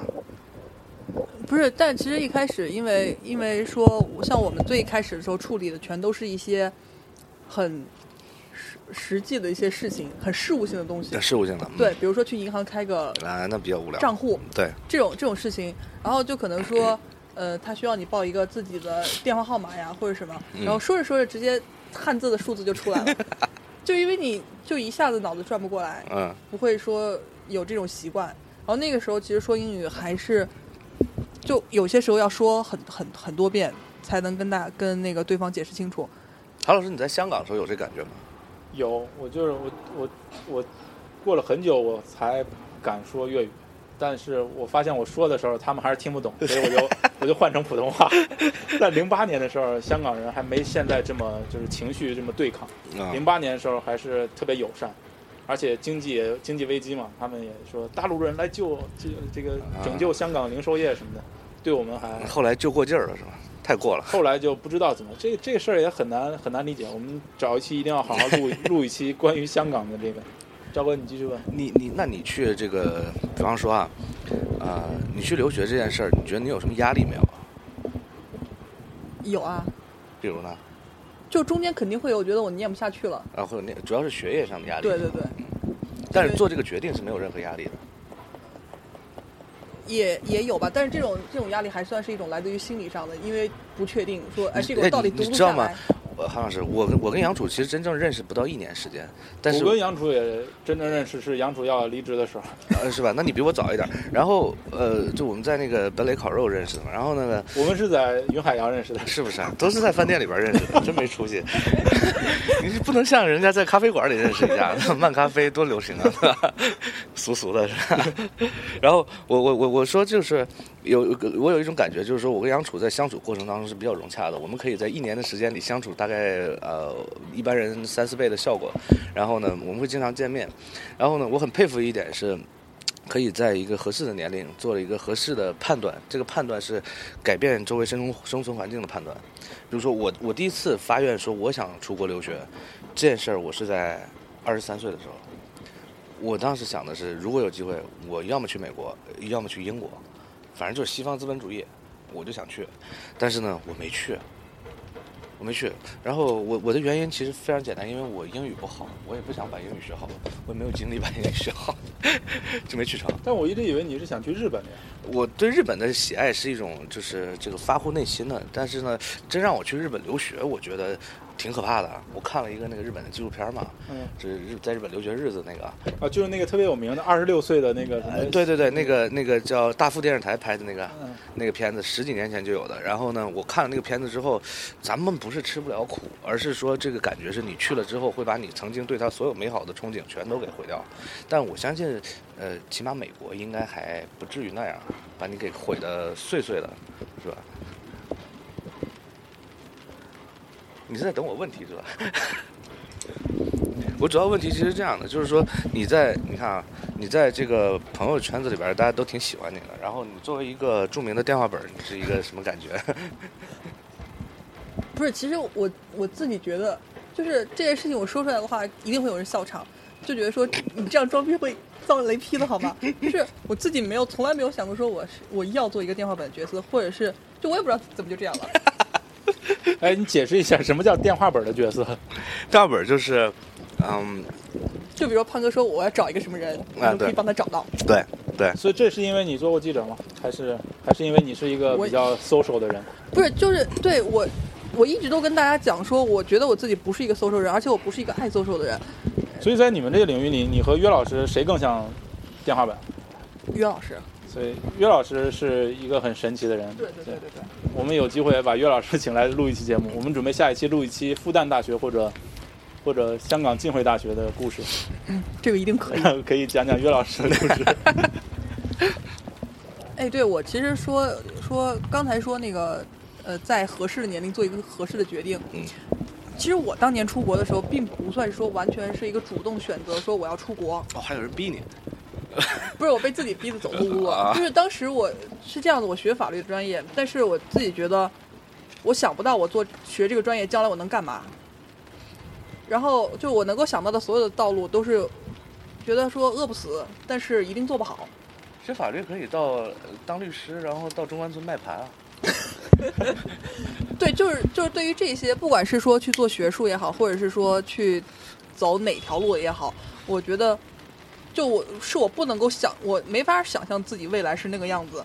C: 不是，但其实一开始因为因为说像我们最开始的时候处理的全都是一些很实实际的一些事情，很事务性的东西
B: 那。事务性的，嗯
C: 对，，比如说去银行开个
B: 啊，那比较无聊。
C: 账户，
B: 对，
C: 这种这种事情，然后就可能说，呃，他需要你报一个自己的电话号码呀，或者什么，然后说着说着，直接汉字的数字就出来了， 就因为你就一下子脑子转不过来，
B: 嗯，
C: 不会说有这种习惯。然后那个时候其实说英语还是，就有些时候要说很很很多遍才能跟大跟那个对方解释清楚。
B: 韩老师，你在香港的时候有这感觉吗？
A: 有。我就是我我我过了很久我才敢说粤语，但是我发现我说的时候他们还是听不懂，所以我就我就换成普通话。 在零八年的时候，香港人还没现在这么就是情绪这么对抗。
B: 啊、
A: 零八年的时候还是特别友善，而且经济也经济危机嘛，他们也说大陆人来救这这个拯救香港零售业什么的，对我们还
B: 后来就过劲儿了是吧？太过了。
A: 后来就不知道怎么，这这事儿也很难很难理解。我们找一期一定要好好 录录一期关于香港的这个。赵哥，你继续吧。
B: 你你那你去这个，比方说啊，啊、你去留学这件事儿，你觉得你有什么压力没有？
C: 有啊，
B: 比如呢，
C: 就中间肯定会有觉得我念不下去了。
B: 啊，会有那主要是学业上的压力，
C: 对对对，
B: 但是做这个决定是没有任何压力的。
C: 也也有吧，但是这种这种压力还算是一种来自于心理上的，因为不确定说，哎，这个我
B: 哎
C: 到底
B: 你
C: 读
B: 你
C: 不
B: 知道
C: 下
B: 吗
C: 来。
B: 我韩老师，我跟我跟杨楚其实真正认识不到一年时间，但是
A: 我跟杨楚也真正认识是杨楚要离职的时候，
B: 呃是吧？那你比我早一点儿。然后呃，就我们在那个本垒烤肉认识的嘛。然后那个
A: 我们是在云海洋认识的。
B: 是不是啊？都是在饭店里边认识的，真没出息。你是不能像人家在咖啡馆里认识一 样，漫咖啡多流行啊， 对吧俗俗的是吧？ 然后我我我我说就是有有个我有一种感觉，就是说我跟杨楚在相处过程当中是比较融洽的，我们可以在一年的时间里相处大概呃一般人三四倍的效果。然后呢，我们会经常见面。然后呢，我很佩服一点是。可以在一个合适的年龄做了一个合适的判断，这个判断是改变周围生生存环境的判断。比如说我我第一次发愿说我想出国留学，这件事儿我是在二十三岁的时候，我当时想的是，如果有机会，我要么去美国，要么去英国，反正就是西方资本主义，我就想去，但是呢，我没去。我没去，然后我我的原因其实非常简单，因为我英语不好，我也不想把英语学好，我也没有精力把英语学好， 就没去成。
A: 但我一直以为你是想去日本的呀。
B: 我对日本的喜爱是一种就是这个发乎内心的，但是呢，真让我去日本留学，我觉得挺可怕的啊。我看了一个那个日本的纪录片嘛，
A: 嗯，
B: 就是日在日本留学日子那个啊，
A: 啊，就是那个特别有名的二十六岁的那个什么
B: 呃，，对对对，那个那个叫大富电视台拍的那个
A: 嗯
B: 那个片子，十几年前就有的。然后呢，我看了那个片子之后，咱们不是吃不了苦，而是说这个感觉是你去了之后会把你曾经对它所有美好的憧憬全都给毁掉。但我相信，呃，起码美国应该还不至于那样把你给毁的碎碎的，是吧？你是在等我问题是吧？ 我主要问题其实是这样的，就是说你在你看啊，你在这个朋友圈子里边儿，大家都挺喜欢你的。然后你作为一个著名的电话本儿，你是一个什么感 觉？
C: 不是，其实我我自己觉得，就是这件事情我说出来的话，一定会有人笑场，就觉得说你这样装逼会遭雷劈的好吗？ 就是我自己没有，从来没有想过说我是我要做一个电话本的角色，或者是就我也不知道怎么就这样了。
A: 哎，你解释一下什么叫电话本的角色？
B: 电话本儿就是，嗯，
C: 就比如说潘哥说我要找一个什么人，我
B: 啊
C: 们可以
B: 对
C: 帮他找到。
B: 对对，
A: 所以这是因为你做过记者吗？还是还是因为你是一个
C: 我
A: 比较 social 的人？
C: 不是，就是对我，我一直都跟大家讲说，我觉得我自己不是一个 social 人，而且我不是一个爱 social 的人。
A: 所以在你们这个领域里，你和约老师谁更像电话本？
C: 于老师，
A: 所以约老师是一个很神奇的人。
C: 对对对对对，
A: 我们有机会把岳老师请来录一期节目，我们准备下一期录一期复旦大学或者或者香港浸会大学的故事，
C: 这个一定可以。
A: 可以讲讲岳老师的故 事。
C: 哎，对我其实说说刚才说那个，呃，在合适的年龄做一个合适的决定。
B: 嗯
C: 其实我当年出国的时候，并不算说完全是一个主动选择，说我要出国，
B: 哦，还有人逼你，
C: 不是我被自己逼得走路了
B: 啊。
C: 就是当时我是这样子，我学法律专业，但是我自己觉得，我想不到我做学这个专业将来我能干嘛。然后就我能够想到的所有的道路都是，觉得说饿不死，但是一定做不好。
B: 学法律可以到呃当律师，然后到中关村卖盘啊。
C: 对，就是就是对于这些，不管是说去做学术也好，或者是说去走哪条路也好，我觉得，就我是我不能够想，我没法想象自己未来是那个样子。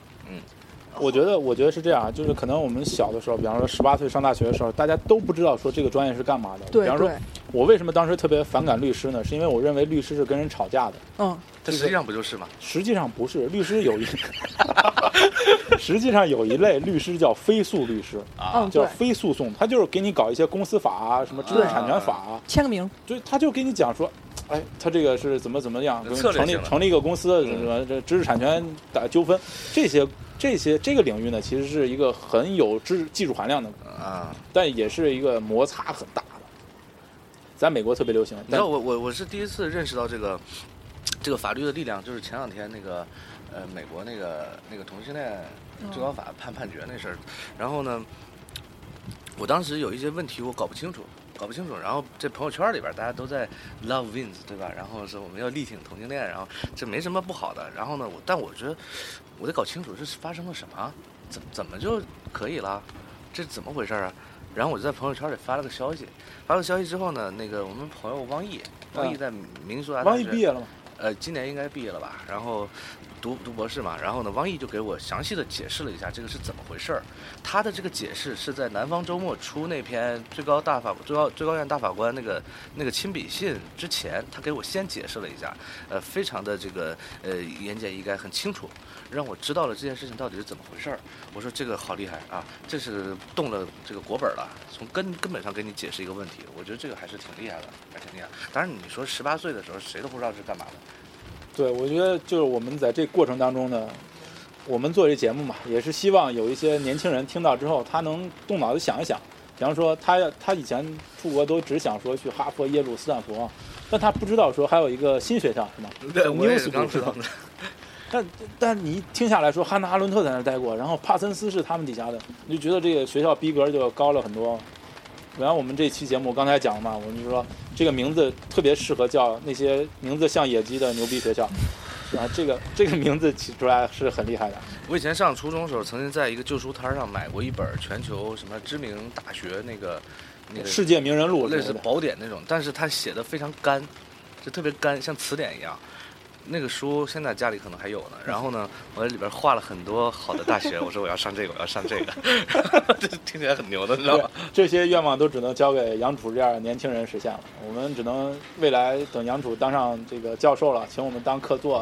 A: 我觉得，我觉得是这样啊，就是可能我们小的时候，比方说十八岁上大学的时候，大家都不知道说这个专业是干嘛的。比方说，我为什么当时特别反感律师呢？是因为我认为律师是跟人吵架的。
C: 嗯，
B: 这实际上不就是吗？
A: 实际上不是，律师有一， 实际上有一类律师叫非诉律师，
B: 啊哦
C: 嗯，
A: 叫
C: 对，
A: 非诉讼，他就是给你搞一些公司法啊、什么知识产权法啊，
C: 签个名，
A: 就他就给你讲说，哎，他这个是怎么怎么样，
B: 策略
A: 成立
B: 性的嗯
A: 成立一个公司，什么什么这知识产权打纠纷，这些这些这个领域呢，其实是一个很有知技术含量的，
B: 啊，
A: 但也是一个摩擦很大的，在美国特别流行。
B: 你知
A: 但
B: 道我我我是第一次认识到这个这个法律的力量，就是前两天那个呃美国那个那个同性恋最高法判判决那事儿，然后呢，我当时有一些问题我搞不清楚，搞不清楚。然后这朋友圈里边大家都在 love wins，对吧？然后说我们要力挺同性恋，然后这没什么不好的。然后呢，我但我觉得我得搞清楚这是发生了什么，怎怎么就可以了？这怎么回事啊？然后我就在朋友圈里发了个消息，发了消息之后呢，那个我们朋友汪毅，汪毅
A: 嗯
B: 在啊明尼苏达大
A: 王毅
B: 学
A: 毕业了嘛？
B: 呃，今年应该毕业了吧？然后读读博士嘛，然后呢，汪毅就给我详细的解释了一下这个是怎么回事儿。他的这个解释是在《南方周末》出那篇最高大法最高最高院大法官那个那个亲笔信之前，他给我先解释了一下，呃，非常的这个呃言简意赅，很清楚，让我知道了这件事情到底是怎么回事儿。我说这个好厉害啊，这是动了这个国本儿了，从根根本上给你解释一个问题。我觉得这个还是挺厉害的，还挺厉害。当然你说十八岁的时候谁都不知道是干嘛的。
A: 对，我觉得就是我们在这过程当中呢，我们做这节目嘛，也是希望有一些年轻人听到之后，他能动脑子想一想。比方说他，他以前出国都只想说去哈佛、耶鲁、斯坦福，但他不知道说还有一个新学校是吗？
B: 对，我也
A: News
B: 是刚
A: Group
B: 知道
A: 是
B: 的。
A: 但但你听下来说，汉娜·阿伦特在那儿待过，然后帕森斯是他们底下的，你就觉得这个学校逼格就高了很多。然后我们这期节目刚才讲了嘛，我们就说这个名字特别适合叫那些名字像野鸡的牛逼学校，啊，这个这个名字起出来是很厉害的。
B: 我以前上初中的时候，曾经在一个旧书摊儿上买过一本全球什么知名大学那个那个
A: 世界名人录
B: 类
A: 什
B: 似
A: 么的
B: 宝典那种，但是它写的非常干，就特别干，像词典一样。那个书现在家里可能还有呢。然后呢，我在里边画了很多好的大学，我说我要上这个，我 要上这个，这听起来很牛的，你知道吧？
A: 这些愿望都只能交给杨楚这样的年轻人实现了。我们只能未来等杨楚当上这个教授了，请我们当客座，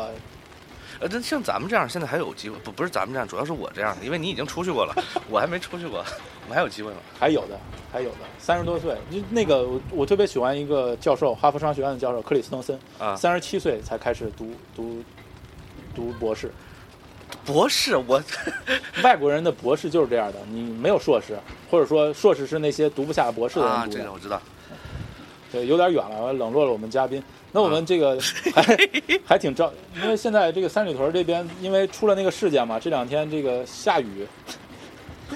B: 呃，但像咱们这样，现在还有机会，不不是咱们这样，主要是我这样，因为你已经出去过了，我还没出去过，我还有机会吗？
A: 还有的，还有的，三十多岁，就那个我我特别喜欢一个教授，哈佛商学院的教授克里斯滕森，
B: 啊，
A: 三十七岁才开始读读读博士。
B: 博士，我
A: 外国人的博士就是这样的，你没有硕士，或者说硕士是那些读不下博士的
B: 啊
A: 人，读
B: 这
A: 的。
B: 个我知道。
A: 对，有点远了，冷落了我们嘉宾。那我们这个还还挺着，因为现在这个三里屯这边，因为出了那个事件嘛，这两天这个下雨，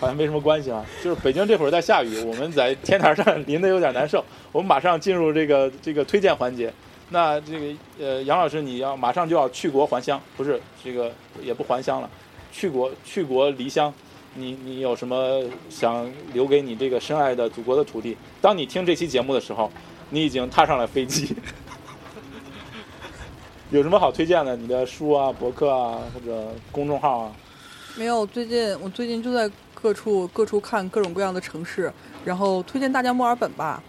A: 好像没什么关系啊。就是北京这会儿在下雨，我们在天台上 淋得有点难受。我们马上进入这个这个推荐环节。那这个呃，杨老师，你要马上就要去国还乡，不是这个也不还乡了，去国去国离乡。你你有什么想留给你这个深爱的祖国的土地？当你听这期节目的时候，你已经踏上了飞机。 有什么好推荐的？你的书啊、博客啊，或者公众号啊？
C: 没有，最近我最近就在各处各处看各种各样的城市，然后推荐大家墨尔本吧。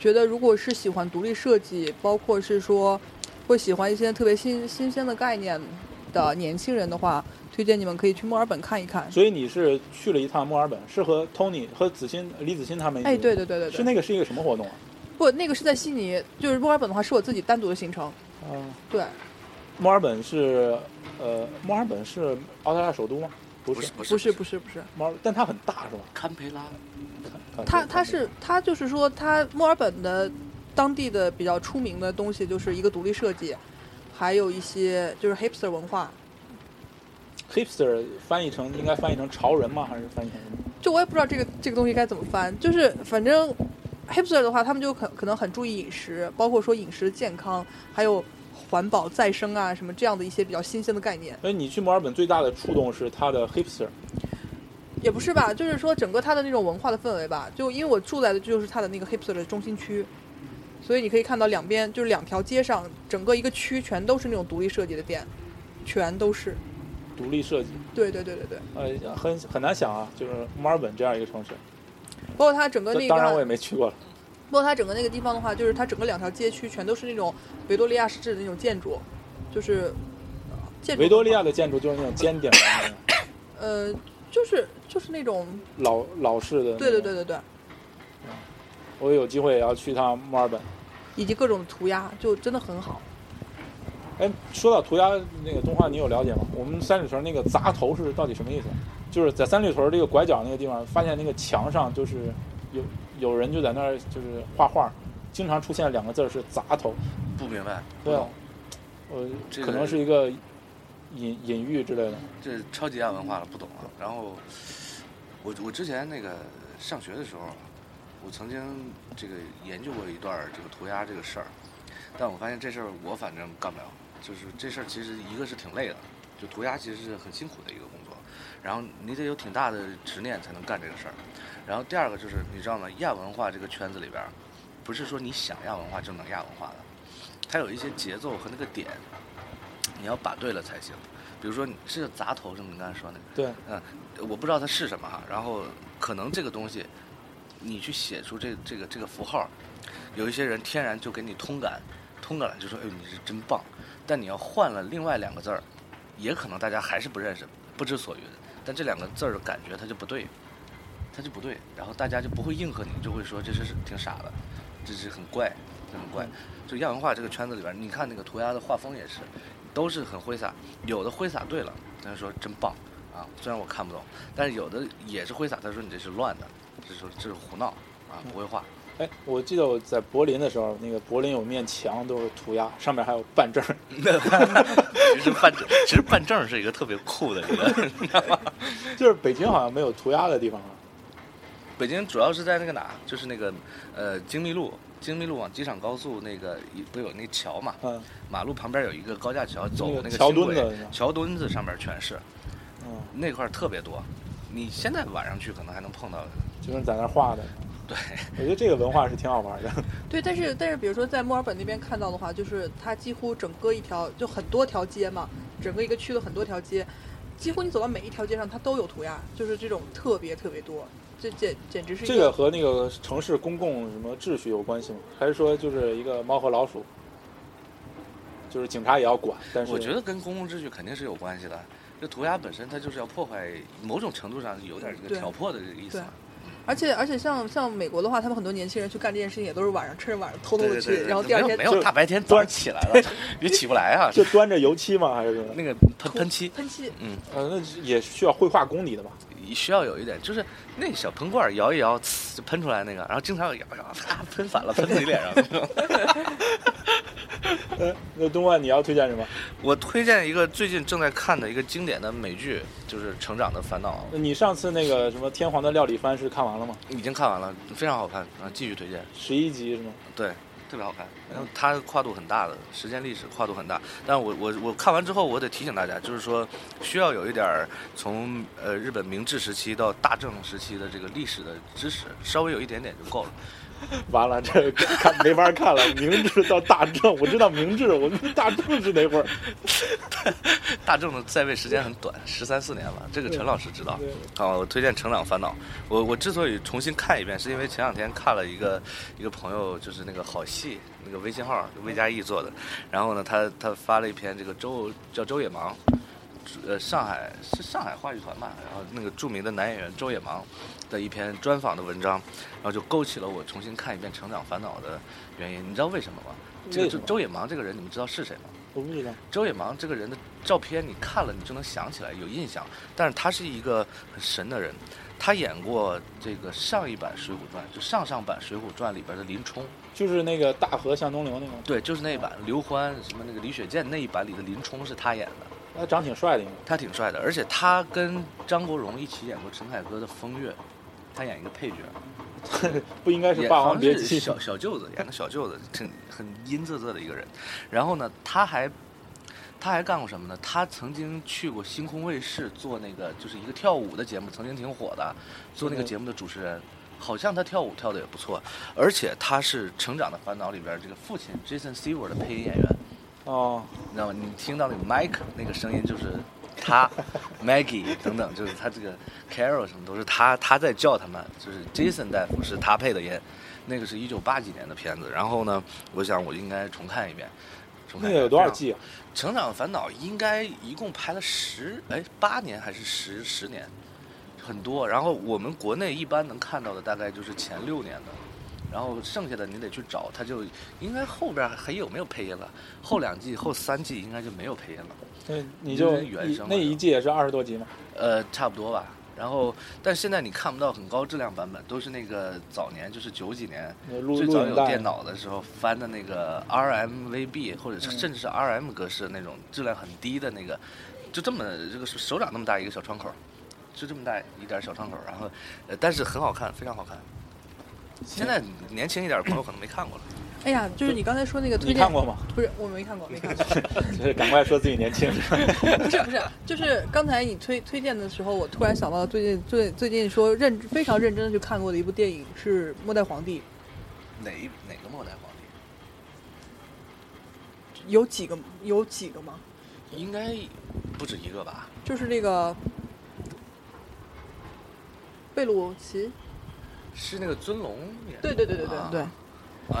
C: 觉得如果是喜欢独立设计，包括是说会喜欢一些特别新新鲜的概念的年轻人的话，推荐你们可以去墨尔本看一看。
A: 所以你是去了一趟墨尔本，是和 Tony 和子欣、李子欣他们一起？
C: 哎，对对对对对，
A: 是那个是一个什么活动啊？
C: 不那个是在悉尼，就是墨尔本的话是我自己单独的行程。
A: 啊、
C: 对，
A: 墨尔本是呃，墨尔本是澳大利亚首都吗？不
B: 不
A: 是啊
B: 是，不是
C: 不是不是不是，
A: 墨尔，但它很大是吧？
B: 堪培拉，
A: 看
C: 它它是它就是说它墨尔本的当地的比较出名的东西就是一个独立设计，还有一些就是 hipster 文化。
A: hipster 翻译成应该翻译成潮人吗？还是翻译成什么？
C: 就我也不知道这个这个东西该怎么翻，就是反正 hipster 的话，他们就可可能很注意饮食，包括说饮食健康，还有环保再生啊什么这样的一些比较新鲜的概念，
A: 所以你去墨尔本最大的触动是它的 hipster，
C: 也不是吧，就是说整个它的那种文化的氛围吧，就因为我住在的就是它的那个 hipster 的中心区。所以你可以看到两边就是两条街上，整个一个区全都是那种独立设计的店，全都是。
A: 独立设计。
C: 对对对对对，
A: 呃，很很难想啊，就是墨尔本这样一个城市，
C: 包括它整个
A: 当
C: 那个，
A: 当然我也没去过了。
C: 包括它整个那个地方的话，就是它整个两条街区全都是那种维多利亚式的那种建筑，就是呃建筑
A: 维多利亚的建筑就是那种尖顶的那种
C: 呃，就是就是那种
A: 老老式的。
C: 对对对，对对，
A: 我有机会也要去一趟墨尔本。
C: 以及各种涂鸦，就真的很好。
A: 哎，说到涂鸦那个动画，你有了解吗？我们三里屯那个砸头是到底什么意思？就是在三里屯这个拐角那个地方，发现那个墙上就是有有人就在那儿就是画画，经常出现两个字儿是砸头。
B: 不明白，不
A: 对
B: 懂
A: 啊，呃，
B: 这个
A: 可能是一个隐隐喻之类的。
B: 这超级亚文化了，不懂了。然后我我之前那个上学的时候，我曾经这个研究过一段儿这个涂鸦这个事儿，但我发现这事儿我反正干不了。就是这事儿其实一个是挺累的，就涂鸦其实是很辛苦的一个工作，然后你得有挺大的执念才能干这个事儿。然后第二个就是你知道吗？亚文化这个圈子里边儿，不是说你想亚文化就能亚文化的，它有一些节奏和那个点，你要把对了才行。比如说你是砸头是吗？你刚才说那个。嗯
A: 对，
B: 我不知道它是什么哈，然后可能这个东西，你去写出这这个这个符号，有一些人天然就给你通感，通感了就说哎呦你是真棒，但你要换了另外两个字儿，也可能大家还是不认识，不知所云，但这两个字儿的感觉它就不对，它就不对，然后大家就不会应和你，就会说这是挺傻的，这是很怪，这很怪。就亚文化这个圈子里边儿，你看那个涂鸦的画风也是，都是很挥洒，有的挥洒对了，他就说真棒啊，虽然我看不懂。但是有的也是挥洒，他说你这是乱的，这是这是胡闹啊，不会画。
A: 哎，我记得我在柏林的时候，那个柏林有面墙都是涂鸦，上面还有办证儿，
B: 其实办证，其实办证是一个特别酷的一 个。
A: 就是北京好像没有涂鸦的地方啊。
B: 北京主要是在那个哪，就是那个呃京密路，京密路往机场高速那个一不有那桥嘛，
A: 嗯
B: 马路旁边有一个高架桥，走
A: 那个
B: 那个
A: 桥
B: 轻轨
A: 墩子是吧
B: 桥墩子上面全是，
A: 嗯，
B: 那块儿特别多。你现在晚上去可能还能碰到，
A: 就是在那儿画的。
B: 对，
A: 我觉得这个文化是挺好玩的。
C: 对，但是但是，比如说在墨尔本那边看到的话，就是它几乎整个一条就很多条街嘛，整个一个区的很多条街，几乎你走到每一条街上，它都有涂鸦，就是这种特别特别多，这简简直是一
A: 这个和那个城市公共什么秩序有关系吗？还是说就是一个猫和老鼠？就是警察也要管，但是
B: 我觉得跟公共秩序肯定是有关系的。这涂鸦本身它就是要破坏，某种程度上有点这个
C: 对
B: 挑破的这个意思
C: 对
B: 嘛。
C: 而且而且像像美国的话，他们很多年轻人去干这件事情也都是晚上趁着晚上偷偷的去，
B: 对对对
C: 然后第二
B: 没有
C: 天
B: 没有大白天早上起来了，也起不 来啊。
A: 就端着油漆吗？还是什么？
B: 那个喷喷漆
C: 喷漆，
A: 呃，那也需要绘画功底的吧？
B: 需要有一点，就是那小喷罐摇一摇，呲就喷出来那个，然后经常有摇摇，啪喷反了，喷自己脸上。
A: 呃，那东冠你要推荐什么？
B: 我推荐一个最近正在看的一个经典的美剧，就是《成长的烦恼
A: 你上次那个什么《天皇的料理番》是看完了吗？》，
B: 已经看完了，非常好看，啊，继续推荐。
A: 十一集是吗？
B: 对，特别好看。然后它跨度很大的，时间历史跨度很大。但我我我看完之后，我得提醒大家，就是说需要有一点儿从呃日本明治时期到大正时期的这个历史的知识，稍微有一点点就够了。
A: 完了，这看没法看了。明治到大正，我知道明治，我大正是哪会儿？
B: 大正的在位时间很短，十三四年了，这个陈老师知道
A: 对。
B: 好，我推荐《成长烦恼》。我我之所以重新看一遍，是因为前两天看了一个一个朋友，就是那个好戏那个微信号魏佳艺做的，然后呢，他他发了一篇这个周叫周野芒，呃，上海是上海话剧团吧，然后那个著名的男演员周野芒的一篇专访的文章，然后就勾起了我重新看一遍《成长烦恼》的原因。你知道为什么吗？这个
A: 为什
B: 周
A: 么
B: 周野芒这个人，你们知道是谁吗？
A: 我不知道。
B: 周野芒这个人的照片，你看了你就能想起来，有印象。但是他是一个很神的人，他演过这个上一版《水浒传》，就上上版《水浒传》里边的林冲，
A: 就是那个大河向东流那个，
B: 对，就是那一版刘欢什么那个李雪健那一版里的林冲是他演的，
A: 他长挺帅的，应该
B: 他挺帅的，而且他跟张国荣一起演过陈凯歌的《风月》，他演一个配角，
A: 不应该是《
B: 也
A: 霸
B: 好
A: 王
B: 像
A: 别
B: 是
A: 姬》
B: 小小舅子演的小舅子，挺很阴恻恻的一个人。然后呢，他还他还干过什么呢？他曾经去过星空卫视做那个就是一个跳舞的节目，曾经挺火的，做那个
A: 嗯
B: 节目的主持人。好像他跳舞跳的也不错，而且他是《成长的烦恼》里边这个父亲 Jason Seaver 的配音演员，
A: 哦，
B: 你知道吗？你听到那个 Mike 那个声音就是他，Maggie 等等，就是他这个 Carol 什么都是他他在叫他们，就是 Jason 大夫是他配的音，那个是一九八几年的片子。然后呢，我想我应该重看一遍。重看
A: 那
B: 一
A: 个
B: 遍
A: 有多少？季啊？
B: 《成长的烦恼》应该一共拍了十哎八年还是十十年，很多。然后我们国内一般能看到的大概就是前六年的，然后剩下的你得去找，它就应该后边还有没有配音了？后两季、后三季应该就没有配音了，
A: 那你就
B: 就是原
A: 一
B: 声嘛
A: 那一季也是二十多集嘛？
B: 呃，差不多吧。然后，但现在你看不到很高质量版本，都是那个早年，就是九几年
A: 那录
B: 最
A: 录
B: 早
A: 影
B: 有
A: 带
B: 电脑的时候翻的那个 RMVB 或者是
A: 嗯
B: 甚至是 RM 格式那种质量很低的那个，就这么这个手掌那么大一个小窗口，就这么大一点小窗口，然后，呃，但是很好看，非常好看。现在年轻一点的朋友可能没看过了。
C: 哎呀，就是你刚才说那个推
A: 你
C: 荐，
A: 看过吗？
C: 不是，我没看过，没看过。
A: 就是赶快说自己年轻。
C: 不是不是，就是刚才你推推荐的时候，我突然想到最近最最近说认非常认真的去看过的一部电影是《末代皇帝
B: 哪一哪个末代皇帝？》，
C: 有几个有几个吗？
B: 应该不止一个吧？
C: 就是那个贝鲁奇，
B: 是那个尊龙演的
C: 对对对对对
B: 啊
C: 对、
B: 啊，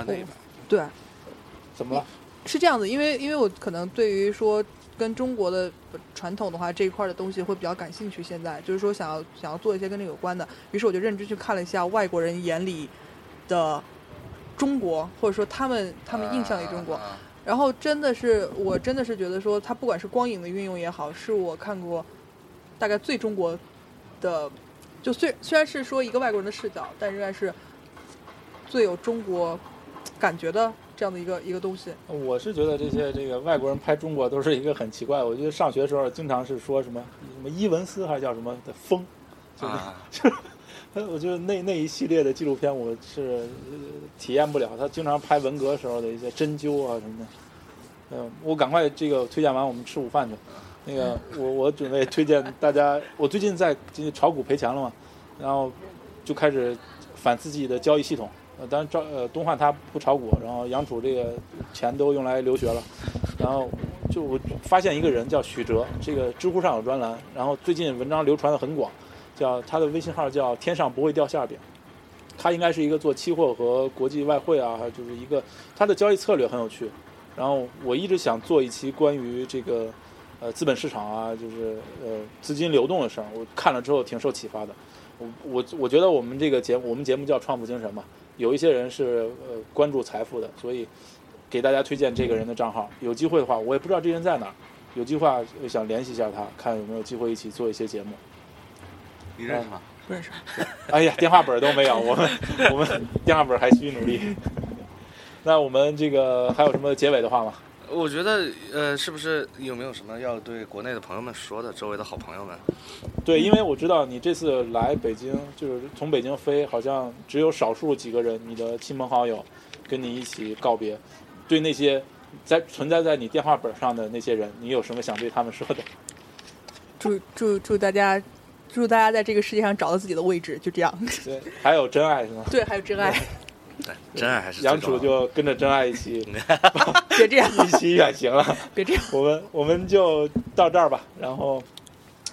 B: 那一版
C: 对，
A: 怎么了？
C: 是这样子，因为因为我可能对于说跟中国的传统的话这一块的东西会比较感兴趣，现在就是说想要想要做一些跟这个有关的，于是我就认真去看了一下外国人眼里的中国，或者说他们他们印象里中国，
B: 啊
C: 然后真的是我真的是觉得说，它不管是光影的运用也好，是我看过大概最中国的，就虽虽然是说一个外国人的视角，但仍然是最有中国感觉的这样的一个一个东西。
A: 我是觉得这些这个外国人拍中国都是一个很奇怪。我觉得上学的时候经常是说什么什么伊文斯还是叫什么的风，就那
B: 啊
A: 呃， 我觉得那那一系列的纪录片，我是、呃体验不了。他经常拍文革时候的一些针灸啊什么的。嗯，我赶快这个推荐完，我们吃午饭去。那个，我我准备推荐大家，我最近在这个炒股赔钱了嘛，然后就开始反思自己的交易系统。呃，当然赵呃东汉他不炒股，然后杨楚这个钱都用来留学了，然后就我发现一个人叫许哲，这个知乎上有专栏，然后最近文章流传的很广，叫他的微信号叫“天上不会掉馅饼”，他应该是一个做期货和国际外汇啊，还有就是一个他的交易策略很有趣。然后我一直想做一期关于这个呃资本市场啊，就是呃资金流动的事儿，我看了之后挺受启发的。我我我觉得我们这个节目，我们节目叫“创富精神”嘛，有一些人是呃关注财富的，所以给大家推荐这个人的账号。有机会的话，我也不知道这人在哪儿，有计划想联系一下他，看有没有机会一起做一些节目。
B: 你认识吗？
C: 不认识，
A: 哎呀，电话本儿都没有，我们我们电话本儿还需努力。 那我们这个还有什么结尾的话吗？
B: 我觉得，呃，是不是有没有什么要对国内的朋友们说的？周围的好朋友们，
A: 对，因为我知道你这次来北京，就是从北京飞，好像只有少数几个人，你的亲朋好友跟你一起告别。对那些在存在在你电话本儿上的那些人，你有什么想对他们说的？
C: 祝祝祝大家，祝大家在这个世界上找到自己的位置，就这样。
A: 对，还有真爱是吗？
C: 对，还有真爱，
B: 对，真爱还是最
A: 杨
B: 重
A: 楚
B: 要的
A: 就跟着真爱一起
C: 别这样，
A: 一起远行了。
C: 别这样。
A: 我们我们就到这儿吧，然后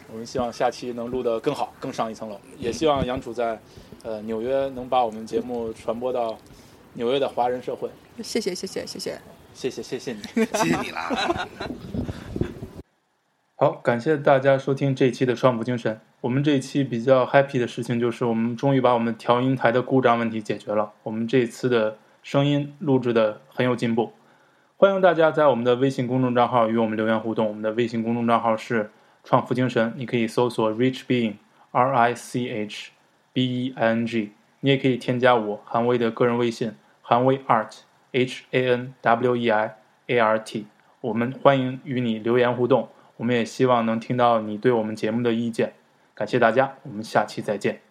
A: 我们希望下期能录得更好，更上一层楼，也希望杨楚在呃纽约能把我们节目传播到纽约的华人社会。
C: 谢谢谢谢谢谢，
A: 谢谢谢谢你，
B: 谢谢你啊啦。
D: 好，感谢大家收听这一期的川普精神。我们这一期比较 happy 的事情就是，我们终于把我们调音台的故障问题解决了。我们这次的声音录制的很有进步。欢迎大家在我们的微信公众账号与我们留言互动。我们的微信公众账号是“创富精神”，你可以搜索 “rich being” R I C H B E I N G。你也可以添加我韩威的个人微信韩威 art H A N W E I A R T。我们欢迎与你留言互动，我们也希望能听到你对我们节目的意见。感谢大家，我们下期再见。